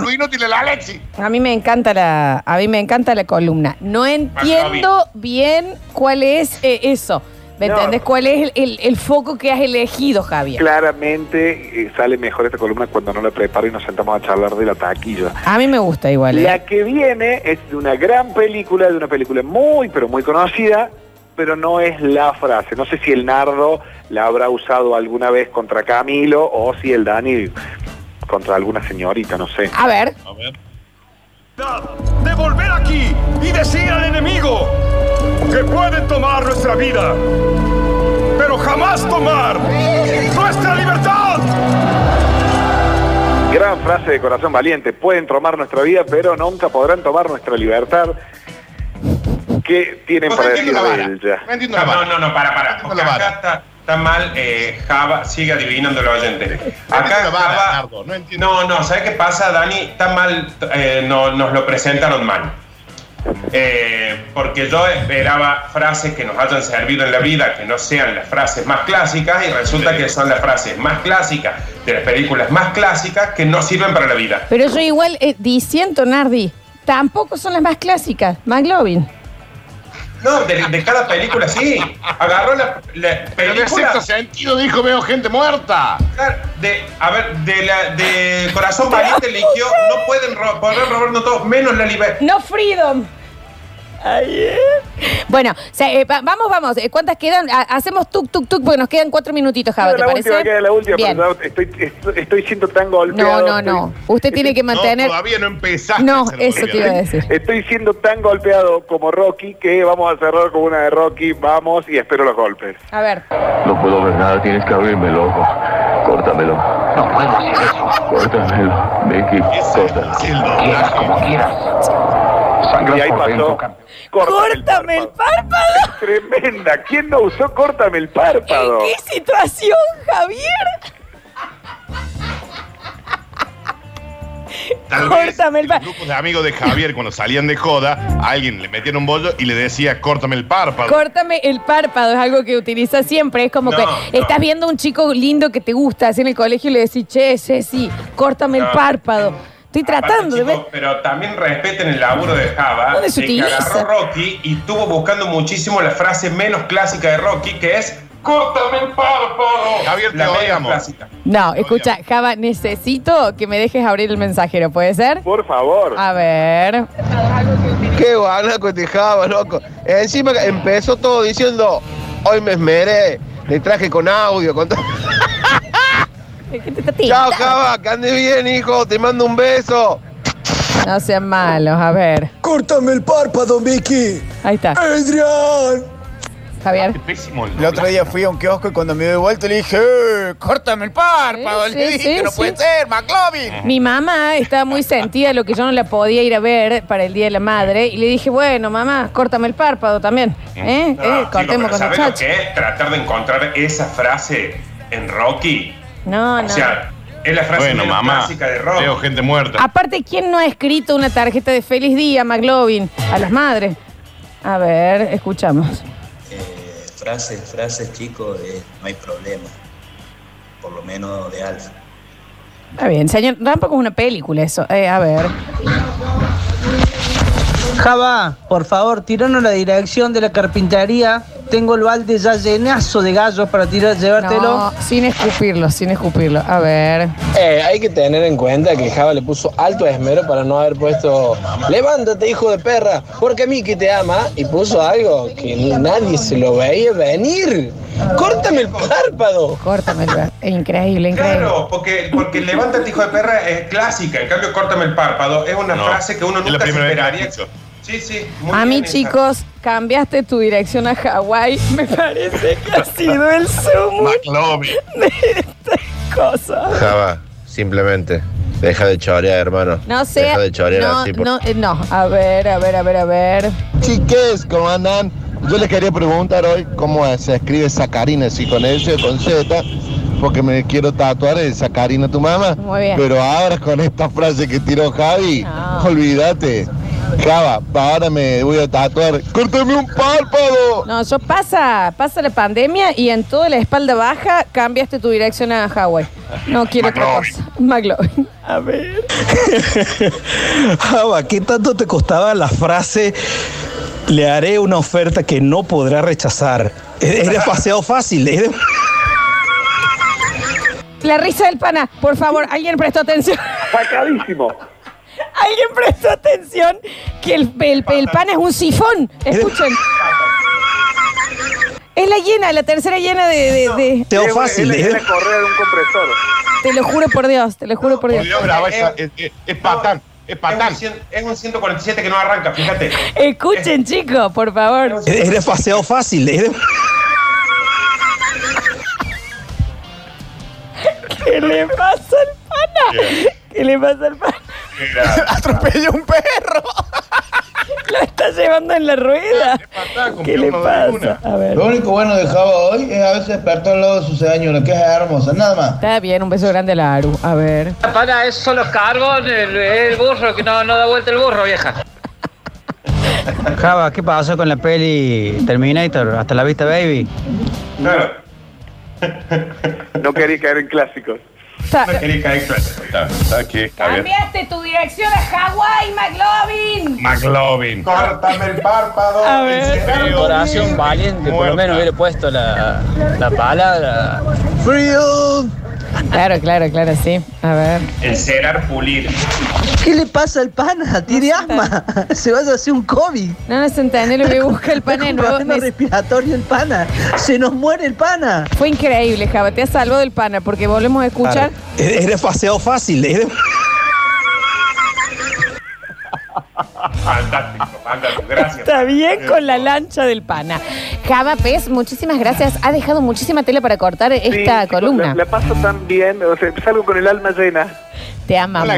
Speaker 1: A mí me encanta la a mí me encanta la columna. No entiendo bien cuál es eh, eso. ¿Me
Speaker 2: No.
Speaker 1: entendés? ¿Cuál es el, el- el foco que has elegido, Javier?
Speaker 2: Claramente eh, sale mejor esta columna cuando no la preparo y nos sentamos a charlar de la taquilla.
Speaker 1: A mí me gusta igual. eh.
Speaker 2: La que viene es de una gran película, de una película muy, pero muy conocida, pero no es la frase. No sé si el Nardo la habrá usado alguna vez contra Camilo o si el Dani contra alguna señorita, no sé.
Speaker 1: A ver.
Speaker 17: de volver aquí y decir al enemigo que puede tomar nuestra vida, pero jamás tomar nuestra libertad.
Speaker 2: Gran frase de corazón valiente. Pueden tomar nuestra vida, pero nunca podrán tomar nuestra libertad. ¿Qué tienen
Speaker 3: Vos
Speaker 2: para decir
Speaker 3: entiendo la
Speaker 2: de
Speaker 3: vara.
Speaker 2: él ya?
Speaker 3: No, Ah, no, no, no, para, para. Porque acá está, está mal, eh, Java sigue adivinando lo oyente. Acá Java. No, no, ¿sabes qué pasa, Dani? Está mal, eh, no, nos lo presentaron mal. Eh, porque yo esperaba frases que nos hayan servido en la vida, que no sean las frases más clásicas, y resulta que son las frases más clásicas de las películas más clásicas que no sirven para la vida.
Speaker 1: Pero yo igual eh, diciendo, Nardi, tampoco son las más clásicas. McLovin.
Speaker 3: No, de, de cada película sí. Agarró la, la
Speaker 5: Pero en el sexto
Speaker 3: película.
Speaker 5: sentido dijo veo gente muerta.
Speaker 3: De, a ver, de, la, de Corazón Valiente eligió No pueden ro poder robarnos todos, menos la libertad.
Speaker 1: No freedom. eh. Bueno, o sea, eh, va- vamos, vamos. Eh, ¿Cuántas quedan? Ha- hacemos tuk, tuk, tuk, porque nos quedan cuatro minutitos, Java, ¿te
Speaker 2: la
Speaker 1: parece?
Speaker 2: última, queda la última,
Speaker 1: Bien.
Speaker 2: pero ya estoy, estoy, estoy siendo tan
Speaker 1: No, no,
Speaker 2: golpeado.
Speaker 1: no. Usted tiene que mantener.
Speaker 2: no empezaste.
Speaker 1: No, a hacer eso te iba a decir.
Speaker 2: Estoy siendo tan golpeado como Rocky que vamos a cerrar con una de Rocky, vamos y espero los golpes.
Speaker 1: A ver.
Speaker 18: No puedo ver nada, tienes que abrirme el ojo. Córtamelo. No puedo hacer eso. Córtamelo, Becky, córtalo. Quieras como quieras.
Speaker 2: Y
Speaker 18: Sangras
Speaker 2: ahí
Speaker 18: por
Speaker 2: pasó.
Speaker 18: dentro.
Speaker 2: Córtame el párpado. Tremenda. ¿Quién no usó córtame el párpado?
Speaker 1: ¿Qué situación, Javier?
Speaker 5: Tal vez
Speaker 1: Córtame el
Speaker 5: los grupos de amigos de Javier cuando salían de joda, a alguien le metieron un bollo y le decía, córtame el párpado.
Speaker 1: Córtame el párpado, es algo que utiliza siempre. Es como
Speaker 5: No,
Speaker 1: que
Speaker 5: no.
Speaker 1: estás viendo a un chico lindo que te gusta, así en el colegio y le decís, che, che, sí, córtame el
Speaker 3: No.
Speaker 1: párpado. Estoy tratando de ver.
Speaker 3: Pero también respeten el laburo de Java,
Speaker 1: ¿Dónde se
Speaker 3: de que
Speaker 1: utiliza?
Speaker 3: agarró Rocky y estuvo buscando muchísimo la frase menos clásica de Rocky, que es ¡Córtame el párpado! Javier, la menos clásica.
Speaker 1: No, escucha, Java, necesito que me dejes abrir el mensajero, ¿puede ser?
Speaker 2: Por favor.
Speaker 1: A ver.
Speaker 19: Qué guanaco este Java, loco. Encima empezó todo diciendo, hoy me esmeré, le traje con audio, con todo. Chao, Java, que ande bien, hijo, te mando un beso.
Speaker 1: No sean malos, a ver.
Speaker 19: Córtame el párpado, Mickey.
Speaker 1: Ahí está.
Speaker 19: Adrián.
Speaker 1: Javier.
Speaker 11: El otro día fui a un kiosco y cuando me doy vuelta le dije, "Eh, córtame el párpado.
Speaker 1: Sí,
Speaker 11: le
Speaker 1: sí,
Speaker 11: dije,
Speaker 1: sí,
Speaker 11: no
Speaker 1: sí.
Speaker 11: puede ser, McLovin.
Speaker 1: Mi mamá estaba muy sentida, lo que yo no la podía ir a ver para el Día de la Madre, y le dije, bueno, mamá, córtame el párpado también. ¿Eh?
Speaker 3: Mm. No,
Speaker 1: ¿Eh?
Speaker 3: chico,
Speaker 1: Cortemos
Speaker 3: pero
Speaker 1: con
Speaker 3: ¿sabés
Speaker 1: muchachos.
Speaker 3: lo que es tratar de encontrar esa frase en Rocky?
Speaker 1: Ah, No, no.
Speaker 3: O sea, es la frase
Speaker 5: Bueno,
Speaker 3: menos
Speaker 5: mamá,
Speaker 3: clásica de Rocky.
Speaker 5: veo gente muerta.
Speaker 1: Aparte, ¿quién no ha escrito una tarjeta de feliz día, McLovin? A las madres. A ver, escuchamos.
Speaker 20: Frases, frases, chicos, eh, no hay problema. Por lo menos de Alfa.
Speaker 1: Está bien, señor. Tampoco es una película eso. Eh, a ver.
Speaker 21: Java, por favor, tiranos la dirección de la carpintería. Tengo el balde ya llenazo de gallos para tirar, llevártelo.
Speaker 1: No, sin escupirlo, sin escupirlo. A ver.
Speaker 22: Eh, hay que tener en cuenta que Java le puso alto esmero para no haber puesto levántate hijo de perra, porque Miki te ama y puso algo que nadie se lo veía venir. Córtame el párpado.
Speaker 1: Córtame el párpado. Increíble, increíble.
Speaker 3: Claro, porque, porque levántate hijo de perra es clásica, en cambio córtame el párpado es una frase que uno nunca se esperaría. Sí, sí, muy
Speaker 1: a mí,
Speaker 3: bien esa.
Speaker 1: chicos, cambiaste tu dirección a Hawái. Me parece que ha sido el sumo de estas cosas.
Speaker 23: Java, simplemente. Deja de chorear, hermano.
Speaker 1: No sé.
Speaker 23: Deja de chorear
Speaker 1: no,
Speaker 23: así. por-
Speaker 1: no, eh, no. A ver, a ver, a ver, a ver.
Speaker 19: Chiques, ¿cómo andan? Yo les quería preguntar hoy cómo se escribe Sacarina, si con S o con Z, porque me quiero tatuar el Sacarina tu mamá.
Speaker 1: Muy bien.
Speaker 19: Pero ahora con esta frase que tiró Javi,
Speaker 1: No.
Speaker 19: olvídate. Java, ahora me voy a tatuar. ¡Córtame un párpado!
Speaker 1: No, yo pasa, pasa la pandemia y en toda la espalda baja cambiaste tu dirección a Hawái. No quiero otra cosa. McLovin. A ver.
Speaker 24: Java, ¿qué tanto te costaba la frase? Le haré una oferta que no podrá rechazar. Es, es demasiado fácil. es de-
Speaker 1: La risa del pana. Por favor, alguien prestó atención.
Speaker 2: Sacadísimo.
Speaker 1: Alguien prestó atención que el, el, el pana es un sifón. Escuchen. Es la llena, la tercera llena de. de, de-
Speaker 2: Es- Es, la- es la correa de un compresor.
Speaker 1: Te lo juro por Dios, te lo juro por Dios.
Speaker 3: es, patán, es patán. Es un, 147 que no arranca, fíjate.
Speaker 1: Escuchen, chicos, por favor.
Speaker 24: es- es demasiado fácil. es de-
Speaker 1: ¿Qué le pasa al pana? ¿Qué le pasa al pana?
Speaker 3: Atropelló
Speaker 1: un perro. Lo está llevando en la rueda. ¿Qué le pasa? A ver.
Speaker 25: Lo único bueno de Java hoy es haberse despertado al lado de su señora, que es hermosa, nada más.
Speaker 1: Está bien, un beso grande a la Aru. A ver.
Speaker 4: Para eso son los cargos, el, el burro, que no, no da vuelta el burro, vieja.
Speaker 21: Java, ¿qué pasó con la peli Terminator? Hasta la vista, baby.
Speaker 2: Claro. No quería caer en clásicos.
Speaker 3: No quería caer en clásicos. Está, está aquí, está bien.
Speaker 1: Cambiaste tu dirección a Hawái, McLovin.
Speaker 5: McLovin.
Speaker 14: Córtame el párpado.
Speaker 1: A ver.
Speaker 21: Oración valiente, por lo menos hubiera puesto la, la palabra.
Speaker 1: Freedom. Claro, claro, claro, sí. A ver.
Speaker 3: Encerar, pulir.
Speaker 21: ¿Qué le pasa al pana? Tiene asma. Se va a hacer un COVID.
Speaker 1: No nos entendés lo que busca el pana de
Speaker 21: Está con
Speaker 1: nuevo.
Speaker 21: problema
Speaker 1: Me-
Speaker 21: respiratorio el pana. Se nos muere el pana.
Speaker 1: Fue increíble, Java. Te has salvado del pana porque volvemos a escuchar.
Speaker 24: Es, es demasiado fácil. es de-
Speaker 3: Fantástico, fantástico. Gracias.
Speaker 1: Está bien con la lancha del pana. Java Pez, muchísimas gracias. Ha dejado muchísima tela para cortar
Speaker 2: Sí,
Speaker 1: esta
Speaker 2: chicos,
Speaker 1: columna.
Speaker 2: La, la paso tan bien, o sea, salgo con el alma llena.
Speaker 1: Te amamos.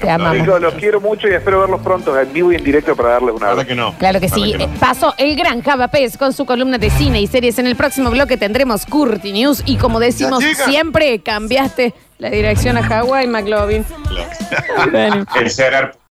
Speaker 1: Te amamos.
Speaker 2: Chicos, los quiero mucho y espero verlos pronto en vivo y en directo para darles una hora. que
Speaker 5: no.
Speaker 1: Claro que sí. Eh, Pasó el gran Java Pez con su columna de cine y series. En el próximo bloque tendremos Curti News. Y como decimos
Speaker 5: Ya llega.
Speaker 1: siempre, cambiaste la dirección a Hawái, McLovin.
Speaker 3: Encerar,